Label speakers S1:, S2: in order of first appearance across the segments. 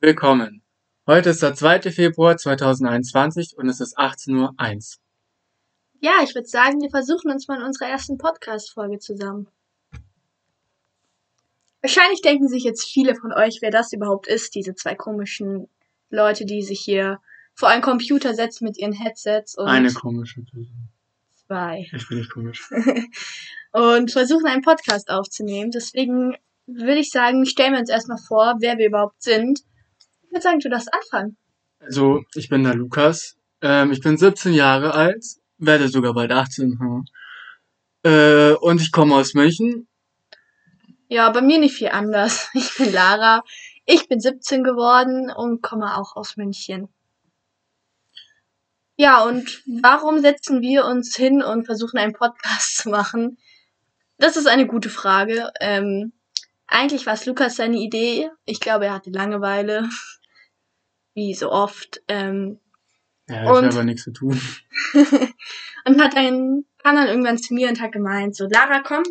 S1: Willkommen. Heute ist der 2. Februar 2021 und es ist 18.01 Uhr.
S2: Ja, ich würde sagen, wir versuchen uns mal in unserer ersten Podcast-Folge zusammen. Wahrscheinlich denken sich jetzt viele von euch, wer das überhaupt ist, diese zwei komischen Leute, die sich hier vor einen Computer setzen mit ihren Headsets und
S1: Eine komische Person.
S2: zwei
S1: Ich bin nicht komisch.
S2: und versuchen einen Podcast aufzunehmen. Deswegen würde ich sagen, stellen wir uns erstmal vor, wer wir überhaupt sind. Ich würde sagen, du darfst anfangen.
S1: Also, ich bin der Lukas. Ähm, ich bin 17 Jahre alt, werde sogar bald 18. hm. Äh, und ich komme aus München.
S2: Ja, bei mir nicht viel anders. Ich bin Lara. Ich bin 17 geworden und komme auch aus München. Ja, und warum setzen wir uns hin und versuchen einen Podcast zu machen? Das ist eine gute Frage. Ähm, eigentlich war es Lukas seine Idee. Ich glaube, er hatte Langeweile. Wie so oft. Ähm,
S1: Ja, ich
S2: Und?
S1: habe aber nichts zu tun.
S2: und hat dann, kam dann irgendwann zu mir und hat gemeint, so, Lara, komm,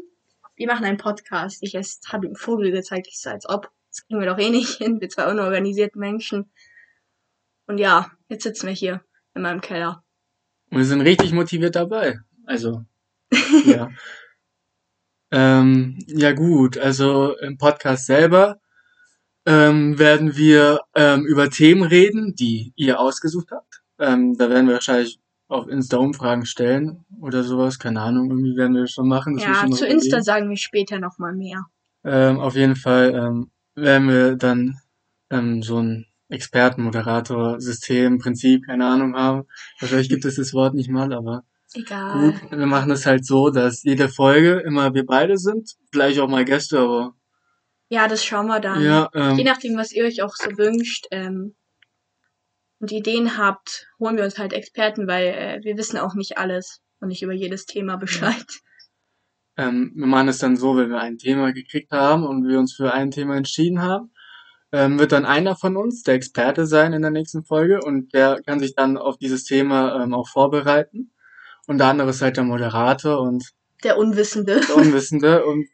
S2: wir machen einen Podcast. Ich habe ihm einen Vogel gezeigt, ich so, als ob. Das kriegen wir doch eh nicht hin, wir zwei unorganisierten Menschen. Und ja, jetzt sitzen wir hier in meinem Keller.
S1: Und wir sind richtig motiviert dabei. Also, ja. ähm, ja gut, also im Podcast selber ähm, werden wir ähm, über Themen reden, die ihr ausgesucht habt. Ähm, da werden wir wahrscheinlich auf Insta Umfragen stellen oder sowas. Keine Ahnung, irgendwie werden wir das schon machen. Das muss
S2: ja,
S1: ich noch
S2: zu Insta
S1: überlegen.
S2: sagen wir später nochmal mehr.
S1: Ähm, auf jeden Fall ähm, werden wir dann ähm, so ein Expertenmoderator-System, Prinzip, keine Ahnung haben. Wahrscheinlich gibt es das Wort nicht mal, aber
S2: Egal.
S1: Gut, wir machen es halt so, dass jede Folge immer wir beide sind, vielleicht auch mal Gäste, aber
S2: Ja, das schauen wir dann.
S1: ja,
S2: Je
S1: ähm,
S2: nachdem, was ihr euch auch so wünscht ähm, und Ideen habt, holen wir uns halt Experten, weil äh, wir wissen auch nicht alles und nicht über jedes Thema Bescheid.
S1: ähm, wir machen es dann so, wenn wir ein Thema gekriegt haben und wir uns für ein Thema entschieden haben, ähm, wird dann einer von uns der Experte sein in der nächsten Folge und der kann sich dann auf dieses Thema ähm, auch vorbereiten. Und der andere ist halt der Moderator und
S2: Der Unwissende.
S1: der Unwissende und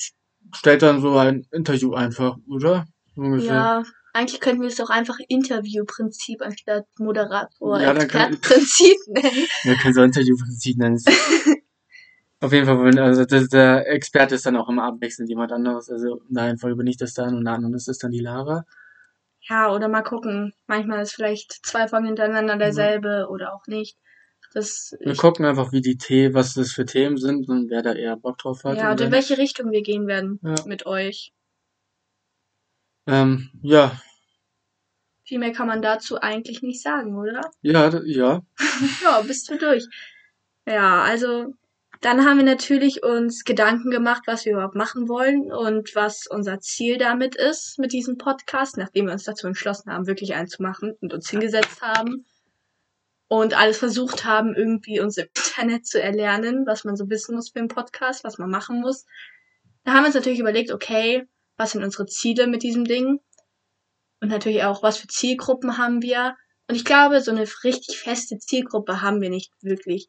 S1: stellt dann so ein Interview einfach, oder? So ungefähr.
S2: Ja, eigentlich könnten wir es auch einfach Interviewprinzip anstatt Moderator
S1: Ja,
S2: ja,
S1: dann kann-
S2: Expertenprinzip nennen.
S1: Wir können so Interviewprinzip nennen. Es ist- Auf jeden Fall, wenn- also das, der Experte ist dann auch immer abwechselnd jemand anderes. Also nein, voll bin ich das dann und nein, und das ist dann die Lara.
S2: Ja, oder mal gucken. Manchmal ist vielleicht zwei Folgen hintereinander derselbe oder auch nicht. Das
S1: Mhm. Wir
S2: ich,
S1: gucken einfach, wie die T, was das für Themen sind und wer da eher Bock drauf hat.
S2: ja,
S1: und
S2: oder in
S1: wer-
S2: welche Richtung wir gehen werden
S1: Ja.
S2: mit euch.
S1: ähm, ja,
S2: Viel mehr kann man dazu eigentlich nicht sagen, oder?
S1: ja, d- ja.
S2: Ja, bist du durch. Ja, also dann haben wir natürlich uns Gedanken gemacht, was wir überhaupt machen wollen und was unser Ziel damit ist mit diesem Podcast, nachdem wir uns dazu entschlossen haben, wirklich einen zu machen und uns hingesetzt haben und alles versucht haben, irgendwie uns im Internet zu erlernen, was man so wissen muss für einen Podcast, was man machen muss. Da haben wir uns natürlich überlegt, okay, was sind unsere Ziele mit diesem Ding? Und natürlich auch, was für Zielgruppen haben wir? Und ich glaube, so eine richtig feste Zielgruppe haben wir nicht wirklich.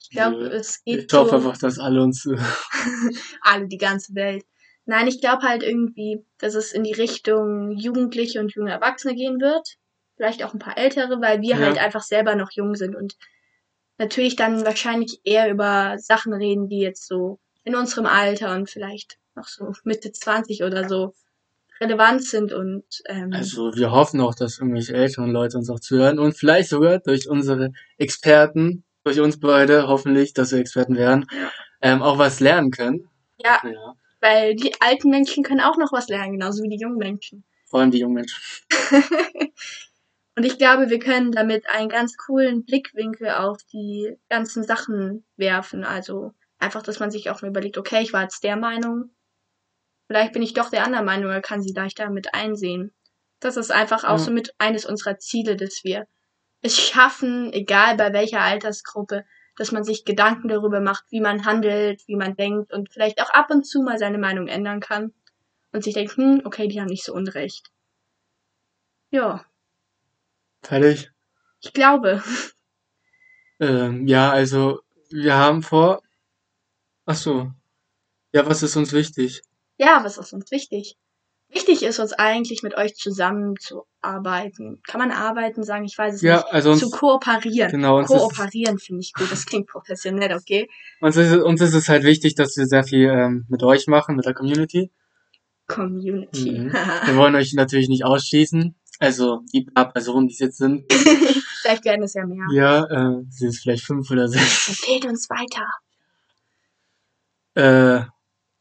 S2: Ich glaube,
S1: Nö.
S2: es geht
S1: Ich hoffe
S2: so
S1: einfach, dass alle uns.
S2: Mhm.
S1: äh,
S2: alle, die ganze Welt. Nein, ich glaube halt irgendwie, dass es in die Richtung Jugendliche und junge Erwachsene gehen wird. Vielleicht auch ein paar Ältere, weil wir
S1: Ja.
S2: halt einfach selber noch jung sind und natürlich dann wahrscheinlich eher über Sachen reden, die jetzt so in unserem Alter und vielleicht noch so Mitte 20 oder so relevant sind und ähm,
S1: Also wir hoffen auch, dass irgendwelche älteren Leute uns auch zuhören und vielleicht sogar durch unsere Experten, durch uns beide hoffentlich, dass wir Experten werden, ähm, auch was lernen können.
S2: ja,
S1: Ja.
S2: weil die alten Menschen können auch noch was lernen, genauso wie die jungen Menschen.
S1: Vor allem die jungen Menschen.
S2: Und ich glaube, wir können damit einen ganz coolen Blickwinkel auf die ganzen Sachen werfen. Also einfach, dass man sich auch mal überlegt, okay, ich war jetzt der Meinung, vielleicht bin ich doch der anderen Meinung oder kann sie leichter mit einsehen. Das ist einfach
S1: Ja.
S2: auch so mit eines unserer Ziele, dass wir es schaffen, egal bei welcher Altersgruppe, dass man sich Gedanken darüber macht, wie man handelt, wie man denkt und vielleicht auch ab und zu mal seine Meinung ändern kann und sich denkt, hm, okay, die haben nicht so unrecht. Ja.
S1: Fertig.
S2: Ich glaube.
S1: Ähm, ja, also wir haben vor. Ach so. Ja, was ist uns wichtig?
S2: Ja, was ist uns wichtig? wichtig ist, uns eigentlich mit euch zusammenzuarbeiten. Kann man arbeiten sagen? Ich weiß es
S1: Ja,
S2: nicht.
S1: also
S2: zu
S1: uns,
S2: kooperieren.
S1: genau, uns ist,
S2: Kooperieren finde ich gut. Das klingt professionell, okay?
S1: uns ist, uns ist es halt wichtig, dass wir sehr viel ähm, mit euch machen, mit der Community.
S2: Community.
S1: Mhm. Wir wollen euch natürlich nicht ausschließen. Also die paar Personen, die es jetzt sind.
S2: Vielleicht werden es ja mehr.
S1: Ja, äh, sind es vielleicht fünf oder sechs.
S2: Empfehlt uns weiter.
S1: Äh,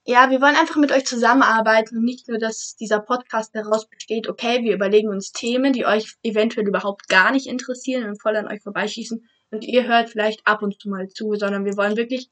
S2: Ja, wir wollen einfach mit euch zusammenarbeiten und nicht nur, dass dieser Podcast daraus besteht, okay, wir überlegen uns Themen, die euch eventuell überhaupt gar nicht interessieren und voll an euch vorbeischießen und ihr hört vielleicht ab und zu mal zu, sondern wir wollen wirklich,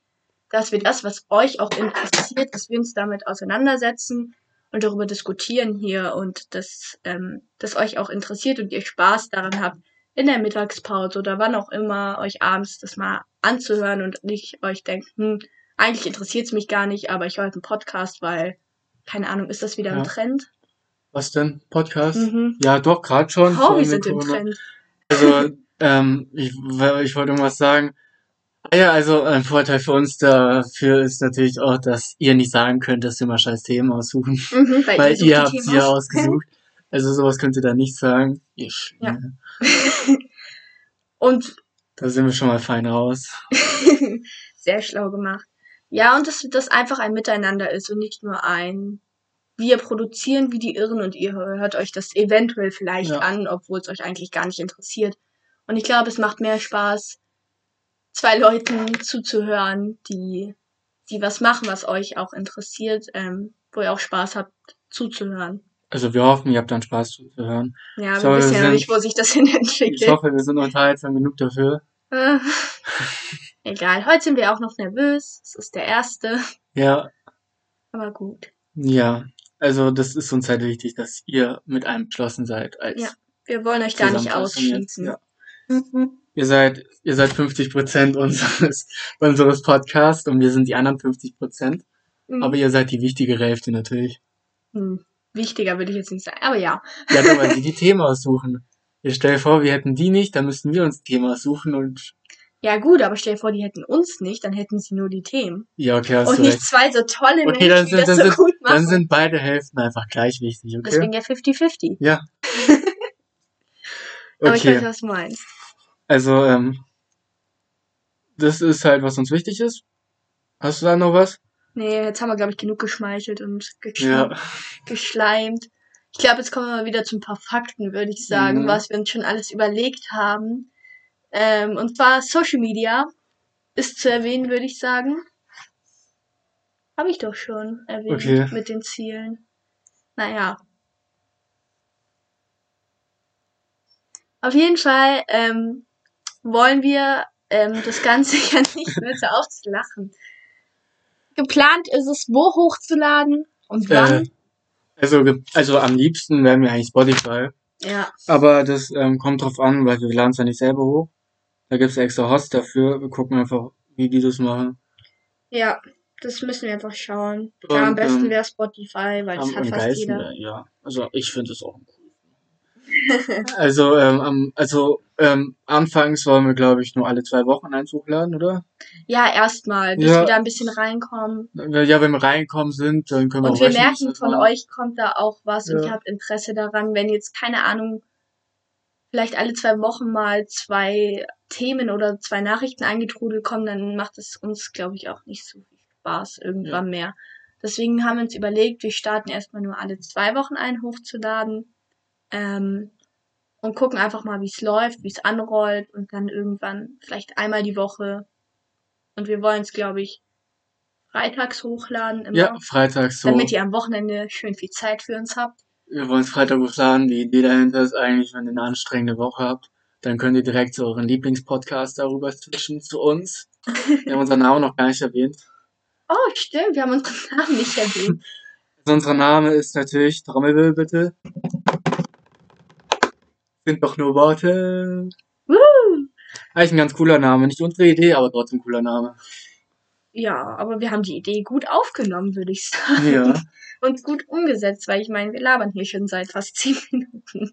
S2: dass wir das, was euch auch interessiert, dass wir uns damit auseinandersetzen und darüber diskutieren hier und dass ähm, das euch auch interessiert und ihr Spaß daran habt, in der Mittagspause oder wann auch immer euch abends das mal anzuhören und nicht euch denkt, hm, eigentlich interessiert's mich gar nicht, aber ich höre halt einen Podcast, weil, keine Ahnung, ist das wieder
S1: Ja.
S2: im Trend?
S1: was denn? Podcast?
S2: Mhm.
S1: Ja, doch, gerade schon. vor allem
S2: Hobbys
S1: mit
S2: sind im
S1: Corona.
S2: Trend.
S1: Also, ähm, ich, w- ich wollte irgendwas sagen. Ah Ja, also ein Vorteil für uns dafür ist natürlich auch, dass ihr nicht sagen könnt, dass wir mal scheiß Themen aussuchen,
S2: Mhm, weil,
S1: weil
S2: ihr, sucht
S1: ihr
S2: die
S1: habt sie
S2: Themen
S1: ja
S2: aus.
S1: ausgesucht. Also sowas könnt ihr da nicht sagen. Ihr
S2: Ja.
S1: Schweine.
S2: Und
S1: Da sind wir schon mal fein raus.
S2: sehr schlau gemacht. Ja, und dass das einfach ein Miteinander ist und nicht nur ein wir produzieren wie die Irren und ihr hört euch das eventuell vielleicht
S1: Ja.
S2: an, obwohl es euch eigentlich gar nicht interessiert. Und ich glaube, es macht mehr Spaß, zwei Leuten zuzuhören, die, die was machen, was euch auch interessiert, ähm, wo ihr auch Spaß habt, zuzuhören.
S1: Also wir hoffen, ihr habt dann Spaß zuzuhören.
S2: Ja,
S1: Ich
S2: wir
S1: hoffe,
S2: wissen
S1: wir
S2: ja noch
S1: sind-
S2: nicht, wo sich das hin
S1: Ich
S2: entwickelt.
S1: hoffe, wir sind unterhaltsam genug dafür.
S2: Äh, Egal, heute sind wir auch noch nervös. Es ist der erste,
S1: Ja,
S2: aber gut.
S1: ja. Also das ist uns halt wichtig, dass ihr mit einbeschlossen seid als
S2: Ja. Wir wollen euch gar nicht
S1: Zusammenfassung jetzt,
S2: ausschließen. Mhm.
S1: ja. Ihr seid, ihr seid 50 Prozent unseres, unseres Podcasts und wir sind die anderen 50 Prozent.
S2: Mhm.
S1: Aber ihr seid die wichtigere Hälfte natürlich.
S2: Hm, Wichtiger würde ich jetzt nicht sagen, aber ja.
S1: Ja, doch, weil die die Themen aussuchen. Ihr stell dir vor, wir hätten die nicht, dann müssten wir uns Themen aussuchen und,
S2: Ja gut, aber stell dir vor, die hätten uns nicht, dann hätten sie nur die Themen.
S1: ja, okay, hast
S2: Und
S1: du
S2: nicht
S1: recht.
S2: zwei so tolle
S1: Okay, dann
S2: Menschen, die
S1: sind,
S2: das
S1: dann,
S2: so
S1: sind,
S2: gut machen.
S1: dann sind beide Hälften einfach gleich wichtig, okay?
S2: Deswegen ja 50-50.
S1: Ja.
S2: Aber ich weiß,
S1: Okay,
S2: was du meinst.
S1: also, ähm, das ist halt, was uns wichtig ist. Hast du da noch was?
S2: Nee, jetzt haben wir, glaube ich, genug geschmeichelt und geschm
S1: Ja.
S2: geschleimt. Ich glaube, jetzt kommen wir mal wieder zu ein paar Fakten, würde ich sagen,
S1: Mhm.
S2: was wir uns schon alles überlegt haben. Ähm, und zwar Social Media ist zu erwähnen, würde ich sagen. Habe ich doch schon erwähnt
S1: Okay.
S2: mit den Zielen. Naja. Auf jeden Fall ähm, wollen wir ähm, das Ganze ja nicht mehr so aufzulachen. Geplant ist es, wo hochzuladen und
S1: Äh,
S2: wann.
S1: also, ge- also am liebsten wären wir eigentlich Spotify.
S2: Ja,
S1: Aber das ähm, kommt drauf an, weil wir laden es ja nicht selber hoch. Da gibt's extra Hosts dafür. Wir gucken einfach, wie die das machen.
S2: ja, das müssen wir einfach schauen.
S1: Und,
S2: ja, am besten
S1: ähm,
S2: wäre Spotify, weil das
S1: Am,
S2: hat
S1: am
S2: fast
S1: geilsten,
S2: jeder.
S1: wär- ja. Also ich finde es auch am coolsten. also, ähm, am, also ähm, anfangs wollen wir, glaube ich, nur alle zwei Wochen eins hochladen, oder?
S2: Ja, erstmal, bis
S1: Ja.
S2: wir da ein bisschen reinkommen.
S1: Ja, wenn wir reingekommen sind, dann können wir
S2: Und
S1: auch
S2: wir
S1: wöchentlich
S2: merken,
S1: das
S2: von
S1: machen.
S2: euch kommt da auch was und
S1: Ja.
S2: ihr habt Interesse daran, wenn jetzt, keine Ahnung, vielleicht alle zwei Wochen mal zwei Themen oder zwei Nachrichten eingetrudelt kommen, dann macht es uns, glaube ich, auch nicht so viel Spaß irgendwann mehr. Deswegen haben wir uns überlegt, wir starten erstmal nur alle zwei Wochen ein, hochzuladen ähm, und gucken einfach mal, wie es läuft, wie es anrollt und dann irgendwann vielleicht einmal die Woche. Und wir wollen es, glaube ich, freitags hochladen, immer,
S1: Ja, freitags so.
S2: damit ihr am Wochenende schön viel Zeit für uns habt.
S1: Wir wollen es Freitag hochladen. Die Idee dahinter ist eigentlich, wenn ihr eine anstrengende Woche habt, dann könnt ihr direkt zu euren Lieblingspodcast darüber switchen, zu uns. Wir haben unseren Namen noch gar nicht erwähnt.
S2: Oh, stimmt, wir haben unseren Namen nicht erwähnt.
S1: Also unser Name ist natürlich Trommelwirbel, bitte. Sind doch nur Worte.
S2: Woo!
S1: Eigentlich ein ganz cooler Name. Nicht unsere Idee, aber trotzdem cooler Name.
S2: Ja, aber wir haben die Idee gut aufgenommen, würde ich sagen.
S1: Ja.
S2: Und gut umgesetzt, weil ich meine, wir labern hier schon seit fast zehn Minuten.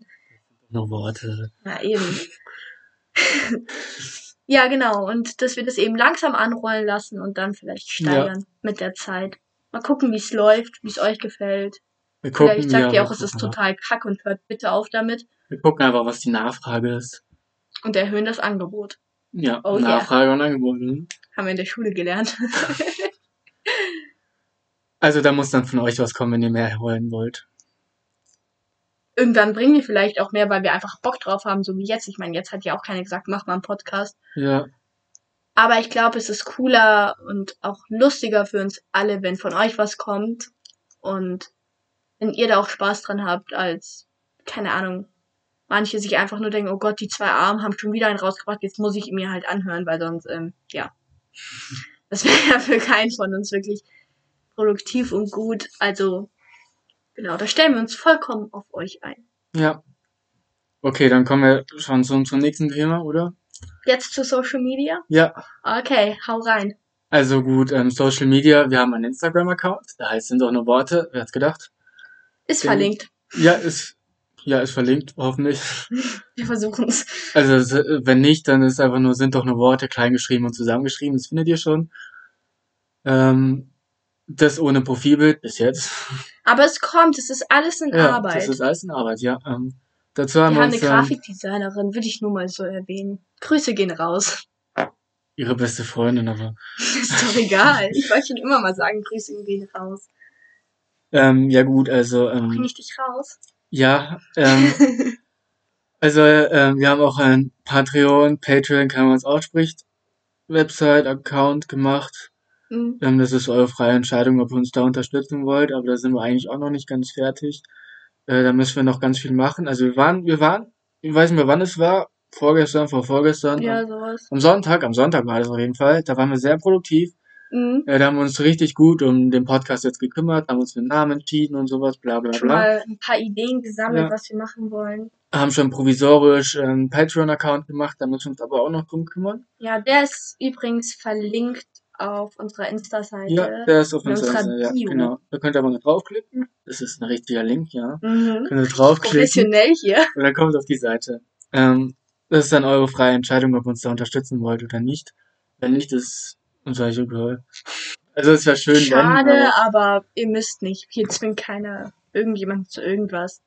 S1: Nur Worte.
S2: Ja, eben. ja, genau. Und dass wir das eben langsam anrollen lassen und dann vielleicht
S1: Ja.
S2: steigern mit der Zeit. Mal gucken, wie es läuft, wie es euch gefällt.
S1: Wir gucken,
S2: Vielleicht sagt
S1: ja,
S2: ihr auch, es ist total kacke und hört bitte auf damit
S1: Wir gucken einfach, was die Nachfrage ist.
S2: und erhöhen das Angebot.
S1: Ja,
S2: Oh yeah.
S1: Nachfrage und Angebot. ne?
S2: Haben wir in der Schule gelernt.
S1: Also da muss dann von euch was kommen, wenn ihr mehr holen wollt.
S2: Irgendwann bringen wir vielleicht auch mehr, weil wir einfach Bock drauf haben, so wie jetzt. Ich meine, jetzt hat ja auch keiner gesagt, mach mal einen Podcast.
S1: Ja,
S2: Aber ich glaube, es ist cooler und auch lustiger für uns alle, wenn von euch was kommt und wenn ihr da auch Spaß dran habt, als, keine Ahnung, manche sich einfach nur denken, oh Gott, die zwei Armen haben schon wieder einen rausgebracht, jetzt muss ich ihn mir halt anhören, weil sonst, ähm, ja. Das wäre ja für keinen von uns wirklich produktiv und gut. Also, genau, da stellen wir uns vollkommen auf euch ein.
S1: ja. Okay, dann kommen wir schon zum, zum nächsten Thema, oder?
S2: Jetzt zu Social Media?
S1: Ja,
S2: Okay, hau rein.
S1: also gut, ähm, Social Media, wir haben einen Instagram-Account, da heißt sind auch nur Worte, wer hat's gedacht?
S2: Ist
S1: Bin-
S2: verlinkt.
S1: Ja, ist, ja, ist verlinkt, hoffentlich.
S2: Wir versuchen's.
S1: Also, es- äh, wenn nicht, dann ist einfach nur, sind doch nur Worte klein geschrieben und zusammengeschrieben, das findet ihr schon. Ähm, das ohne Profilbild bis jetzt.
S2: Aber es kommt, es ist alles in
S1: Ja,
S2: Arbeit.
S1: das ist alles in Arbeit, ja. Ähm, dazu
S2: wir
S1: haben
S2: haben
S1: wir
S2: eine
S1: uns ähm,
S2: Grafikdesignerin, würde ich nur mal so erwähnen. Grüße gehen raus.
S1: ihre beste Freundin, aber
S2: Ist doch egal. Ich wollte schon immer mal sagen, Grüße gehen raus.
S1: ähm, ja gut, also
S2: Bring
S1: ähm,
S2: ich dich raus?
S1: ja, ähm, also ähm, wir haben auch ein Patreon, Patreon kann man es ausspricht, Website, Account gemacht.
S2: Hm.
S1: Ähm, das ist eure freie Entscheidung, ob ihr uns da unterstützen wollt, aber da sind wir eigentlich auch noch nicht ganz fertig. Äh, da müssen wir noch ganz viel machen. Also wir waren, wir waren, ich weiß nicht mehr wann es war, vorgestern, vor vorgestern.
S2: Ja,
S1: am-
S2: sowas.
S1: Am Sonntag, am Sonntag war das auf jeden Fall. Da waren wir sehr produktiv.
S2: Hm.
S1: Äh, da haben wir uns richtig gut um den Podcast jetzt gekümmert, haben uns für den Namen entschieden und sowas, bla bla
S2: Schon
S1: bla.
S2: mal ein paar Ideen gesammelt,
S1: Ja.
S2: was wir machen wollen.
S1: Haben schon provisorisch äh, einen Patreon-Account gemacht, da müssen wir uns aber auch noch drum kümmern.
S2: Ja, der ist übrigens verlinkt auf unserer
S1: Ja,
S2: Insta-Seite.
S1: der ist auf
S2: in
S1: unserer
S2: unserer
S1: Seite, ja,
S2: Bio.
S1: genau. Da könnt ihr aber noch draufklicken. Das ist ein richtiger Link, ja.
S2: Mhm.
S1: Könnt ihr draufklicken
S2: Professionell hier.
S1: und dann kommt auf die Seite. Ähm, das ist dann eure freie Entscheidung, ob ihr uns da unterstützen wollt oder nicht. Wenn nicht, ist uns eigentlich egal. Also es wäre schön, wenn,
S2: Schade,
S1: aber
S2: aber ihr müsst nicht. Hier zwingt keiner irgendjemanden zu irgendwas.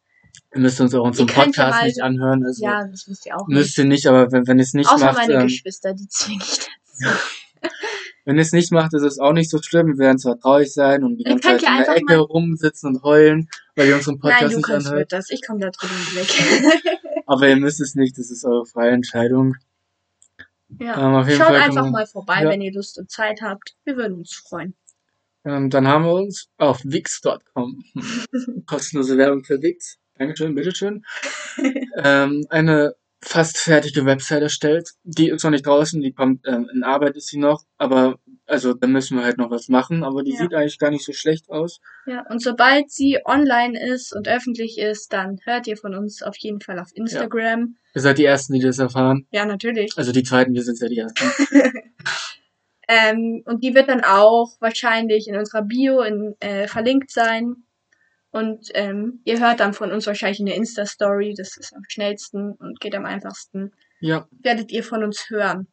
S1: ihr müsst uns auch unseren
S2: könnt ja
S1: Podcast
S2: mal-
S1: nicht anhören. Also
S2: Ja, das müsst ihr auch nicht.
S1: müsst ihr nicht, aber wenn, wenn ihr es nicht
S2: Außer
S1: macht,
S2: meine
S1: ähm,
S2: Geschwister, die zwinge ich dazu.
S1: Wenn ihr es nicht macht, ist es auch nicht so schlimm. Wir werden zwar traurig sein und die
S2: Dann
S1: ganze
S2: könnt
S1: Zeit
S2: ihr
S1: in der
S2: einfach
S1: Ecke
S2: mal-
S1: rumsitzen und heulen, weil ihr unseren
S2: Nein,
S1: Podcast nicht
S2: Lukas
S1: anhört.
S2: wird das. Ich komme da drüben weg.
S1: Aber ihr müsst es nicht, das ist eure freie Entscheidung.
S2: ja.
S1: Ähm, auf jeden
S2: Schaut
S1: Fall kann
S2: einfach
S1: man-
S2: mal vorbei,
S1: Ja.
S2: wenn ihr Lust und Zeit habt. Wir würden uns freuen.
S1: Ähm, dann haben wir uns auf wix.com. Kostenlose Werbung für Wix. Dankeschön, bitteschön. ähm, eine fast fertige Website erstellt. Die ist noch nicht draußen, die kommt, ähm, in Arbeit ist sie noch, aber also da müssen wir halt noch was machen, aber die
S2: Ja.
S1: sieht eigentlich gar nicht so schlecht aus.
S2: Ja. Und sobald sie online ist und öffentlich ist, dann hört ihr von uns auf jeden Fall auf Instagram.
S1: Ihr seid die Ersten, die das erfahren.
S2: Ja, natürlich.
S1: Also die zweiten, wir sind ja die ersten.
S2: Ähm, und die wird dann auch wahrscheinlich in unserer Bio in, äh, verlinkt sein. Und ähm, ihr hört dann von uns wahrscheinlich in der Insta-Story. Das ist am schnellsten und geht am einfachsten.
S1: Ja,
S2: werdet ihr von uns hören,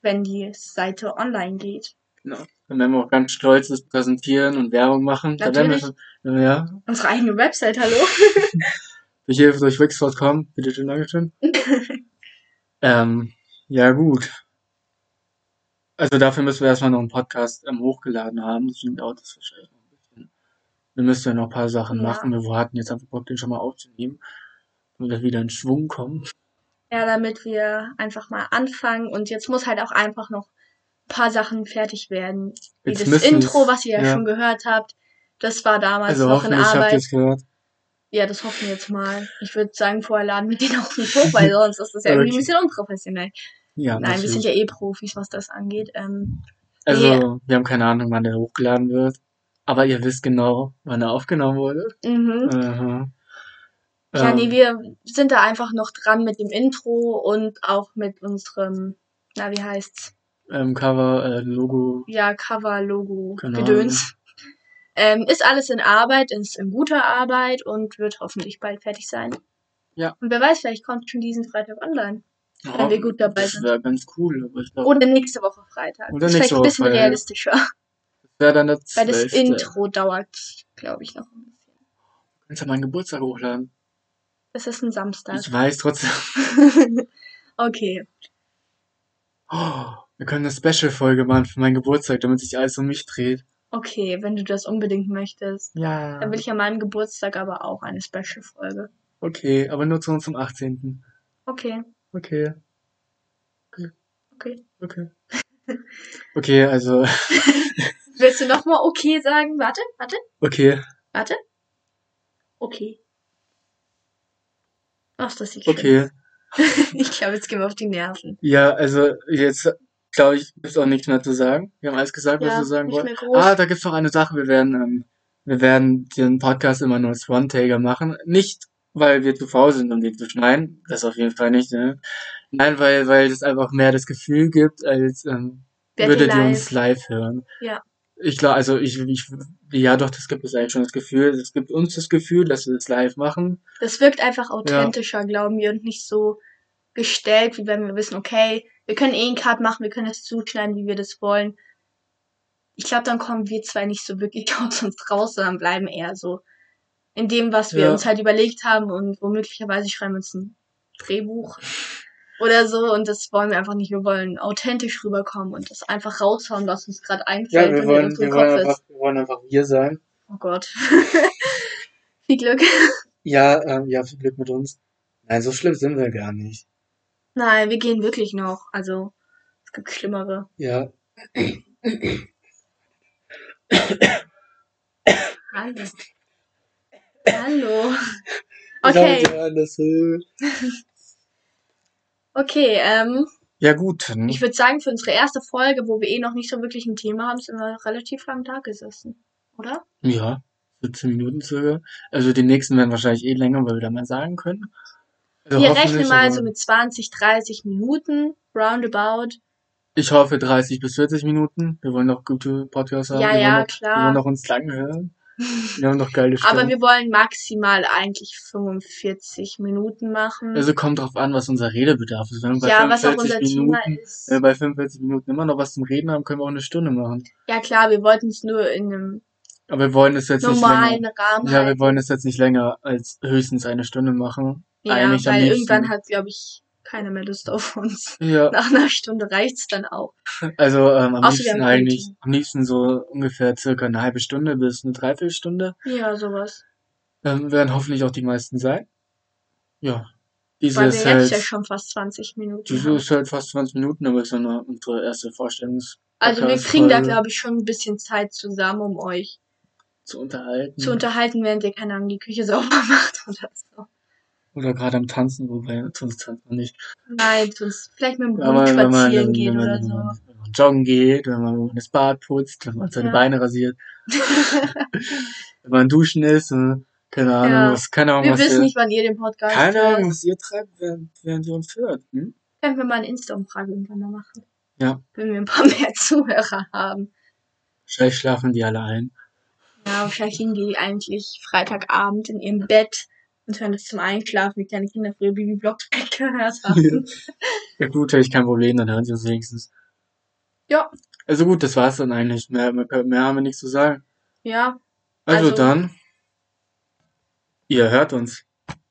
S2: wenn die Seite online geht.
S1: genau. Dann werden wir auch ganz stolz das präsentieren und Werbung machen. Da werden wir
S2: Natürlich.
S1: schon, ja,
S2: Unsere eigene Website, hallo?
S1: durch Hilfe durch Wix.com. Bitte schön, Dankeschön. ähm, ja, gut. Also dafür müssen wir erstmal noch einen Podcast ähm, hochgeladen haben. Deswegen dauert das wahrscheinlich noch ein bisschen. Wir müssen ja noch ein paar Sachen
S2: Ja.
S1: machen. Wir hatten jetzt einfach Bock, den schon mal aufzunehmen. Damit wir wieder in Schwung kommen.
S2: Ja, damit wir einfach mal anfangen und jetzt muss halt auch einfach noch ein paar Sachen fertig werden. Wie
S1: Jetzt
S2: das
S1: müssen
S2: Intro,
S1: es-
S2: was ihr ja,
S1: ja.
S2: schon gehört habt, das war damals
S1: Also
S2: noch in
S1: hoffentlich habt ihr
S2: Arbeit.
S1: es gehört.
S2: Ja, das hoffen wir jetzt mal. Ich würde sagen, vorher laden wir den auch nicht hoch, weil sonst ist das ja irgendwie
S1: Okay.
S2: ein bisschen unprofessionell.
S1: Ja,
S2: Nein, wir
S1: natürlich.
S2: sind ja eh Profis, was das angeht. Ähm,
S1: Also,
S2: Nee.
S1: wir haben keine Ahnung, wann der hochgeladen wird. Aber ihr wisst genau, wann er aufgenommen wurde.
S2: mhm.
S1: Aha.
S2: Ja, nee,
S1: Ähm,
S2: wir sind da einfach noch dran mit dem Intro und auch mit unserem, na, wie heißt's?
S1: ähm, Cover, äh, Logo.
S2: Ja, Cover, Logo,
S1: Genau.
S2: Gedöns. Ähm, ist alles in Arbeit, ist in guter Arbeit und wird hoffentlich bald fertig sein.
S1: Ja.
S2: Und wer weiß, vielleicht kommt schon diesen Freitag online. Wenn wir gut dabei
S1: das
S2: sind.
S1: wäre ganz cool, aber ich glaube,
S2: Oder nächste Woche Freitag.
S1: Oder
S2: das ist
S1: nächste
S2: vielleicht ein
S1: Woche
S2: bisschen
S1: Freitag, ja.
S2: realistischer,
S1: das wäre dann der
S2: weil das
S1: 12.
S2: Intro dauert, glaube ich, noch ein bisschen.
S1: Kannst ja meinen Geburtstag hochladen.
S2: Es ist ein Samstag.
S1: Ich weiß trotzdem.
S2: okay.
S1: Oh, wir können eine Special-Folge machen für meinen Geburtstag, damit sich alles um mich dreht.
S2: Okay, wenn du das unbedingt möchtest.
S1: Ja.
S2: Dann will ich an meinem Geburtstag aber auch eine Special-Folge.
S1: Okay, aber nur zu uns am 18.
S2: Okay.
S1: Okay.
S2: Okay.
S1: Okay. Okay, also,
S2: Willst du nochmal okay sagen? Warte, warte,
S1: okay.
S2: warte. Okay. Ach, das sieht schön.
S1: Okay.
S2: Ich glaube, jetzt gehen wir auf die Nerven.
S1: Ja, also, jetzt, glaube ich, gibt's auch nichts mehr zu sagen. Wir haben alles gesagt, was wir sagen
S2: nicht
S1: wollten.
S2: mehr groß.
S1: Ah, da gibt's noch eine Sache. Wir werden, ähm, wir werden den Podcast immer nur als One-Taker machen. Nicht, weil wir zu faul sind, um den zu schneiden. Das auf jeden Fall nicht, ne? Nein, weil, weil es einfach mehr das Gefühl gibt, als, ähm,
S2: Werdet
S1: würdet
S2: ihr
S1: ihr
S2: live?
S1: uns live hören.
S2: Ja.
S1: Ich glaube, also ich, ich, ja doch, das gibt es eigentlich schon das Gefühl. Es gibt uns das Gefühl, dass wir das live machen.
S2: Das wirkt einfach authentischer, glauben wir, und nicht so gestellt, wie wenn wir wissen, okay, wir können eh einen Cut machen, wir können das zuschneiden, wie wir das wollen. Ich glaube, dann kommen wir zwei nicht so wirklich aus uns raus, sondern bleiben eher so in dem, was wir
S1: Ja.
S2: uns halt überlegt haben und womöglicherweise schreiben wir uns ein Drehbuch oder so und das wollen wir einfach nicht. Wir wollen authentisch rüberkommen und das einfach raushauen, was uns gerade einfällt und in unserem Kopf ist.
S1: wir wollen einfach wir sein.
S2: Oh Gott. Viel Glück.
S1: Ja, ähm, ja, viel Glück mit uns. Nein, so schlimm sind wir gar nicht.
S2: Nein, wir gehen wirklich noch. Also, es gibt schlimmere.
S1: Ja,
S2: Hallo. Hallo.
S1: Ich
S2: Okay,
S1: hab ja alles, äh.
S2: okay. Ähm,
S1: Ja, gut. dann-
S2: ich würde sagen, für unsere erste Folge, wo wir eh noch nicht so wirklich ein Thema haben, sind wir relativ lang da gesessen. Oder?
S1: Ja, 17 Minuten circa. Also die nächsten werden wahrscheinlich eh länger, weil wir da mal sagen können. Also
S2: wir
S1: hoffentlich,
S2: rechnen mal
S1: aber
S2: so mit 20, 30 Minuten, roundabout.
S1: Ich hoffe 30 bis 40 Minuten. Wir wollen noch gute Podcasts haben.
S2: Ja,
S1: wir
S2: ja,
S1: wollen noch, Wir
S2: klar.
S1: wollen noch uns lang hören. Wir haben noch geile Stimmen.
S2: Aber wir wollen maximal eigentlich 45 Minuten machen.
S1: also kommt drauf an, was unser Redebedarf ist. Wenn wir bei
S2: ja, was auch
S1: 45
S2: unser
S1: Minuten,
S2: Thema ist.
S1: wenn wir bei 45 Minuten immer noch was zum Reden haben, können wir auch eine Stunde machen.
S2: Ja, klar, wir wollten es nur in einem
S1: Aber wir wollen es jetzt nicht länger.
S2: normalen Rahmen
S1: Ja, wir
S2: halten.
S1: wollen es jetzt nicht länger als höchstens eine Stunde machen.
S2: Ja,
S1: Eigentlich am
S2: weil
S1: liebsten.
S2: irgendwann hat, glaube ich, keiner mehr Lust auf uns.
S1: Ja.
S2: Nach einer Stunde reicht's dann auch.
S1: Also ähm, am
S2: Außer wir haben
S1: liebsten
S2: keine
S1: eigentlich,
S2: Team.
S1: am liebsten so ungefähr circa eine halbe Stunde bis eine Dreiviertelstunde.
S2: Ja, sowas.
S1: Ähm, werden hoffentlich auch die meisten sein. Ja. Diese
S2: Weil wir
S1: ist
S2: jetzt ja
S1: halt,
S2: schon fast 20 Minuten
S1: diese
S2: haben.
S1: ist halt fast 20 Minuten, aber ist ja nur unsere erste Vorstellungs
S2: Also wir kriegen da,
S1: Podcast-Folge.
S2: glaube ich, schon ein bisschen Zeit zusammen, um euch
S1: zu unterhalten.
S2: zu unterhalten, während ihr, keine Ahnung, die Küche sauber macht oder so.
S1: oder gerade am Tanzen, wobei sonst tanzt man nicht.
S2: Nein, sonst vielleicht mit dem
S1: Wenn
S2: Hund
S1: man, wenn man,
S2: spazieren
S1: wenn,
S2: gehen
S1: wenn, man,
S2: oder
S1: wenn,
S2: so.
S1: man, wenn man joggen geht, wenn man das Bad putzt, wenn man seine
S2: Ja.
S1: Beine rasiert, wenn man duschen ist, äh, keine Ahnung,
S2: Ja.
S1: was, keine Ahnung,
S2: Wir
S1: was
S2: wissen
S1: ihr,
S2: nicht, wann ihr den Podcast
S1: keine Ahnung,
S2: hört.
S1: was ihr treibt, während, während ihr uns hört. Hm?
S2: Können wir mal eine Insta-Umfrage irgendwann mal machen.
S1: Ja.
S2: Wenn wir ein paar mehr Zuhörer haben.
S1: Vielleicht schlafen die alle ein.
S2: Ja, wahrscheinlich liegen die eigentlich Freitagabend in ihrem Bett und hören das zum Einschlafen, wie kleine Kinder früher Bibi Blocksberg gehört haben.
S1: Ja gut, habe ich kein Problem, dann hören sie uns wenigstens.
S2: Ja.
S1: Also gut, das war's dann eigentlich. Mehr, mehr, mehr haben wir nichts zu sagen.
S2: ja,
S1: Also,
S2: Also-
S1: dann, ihr hört uns.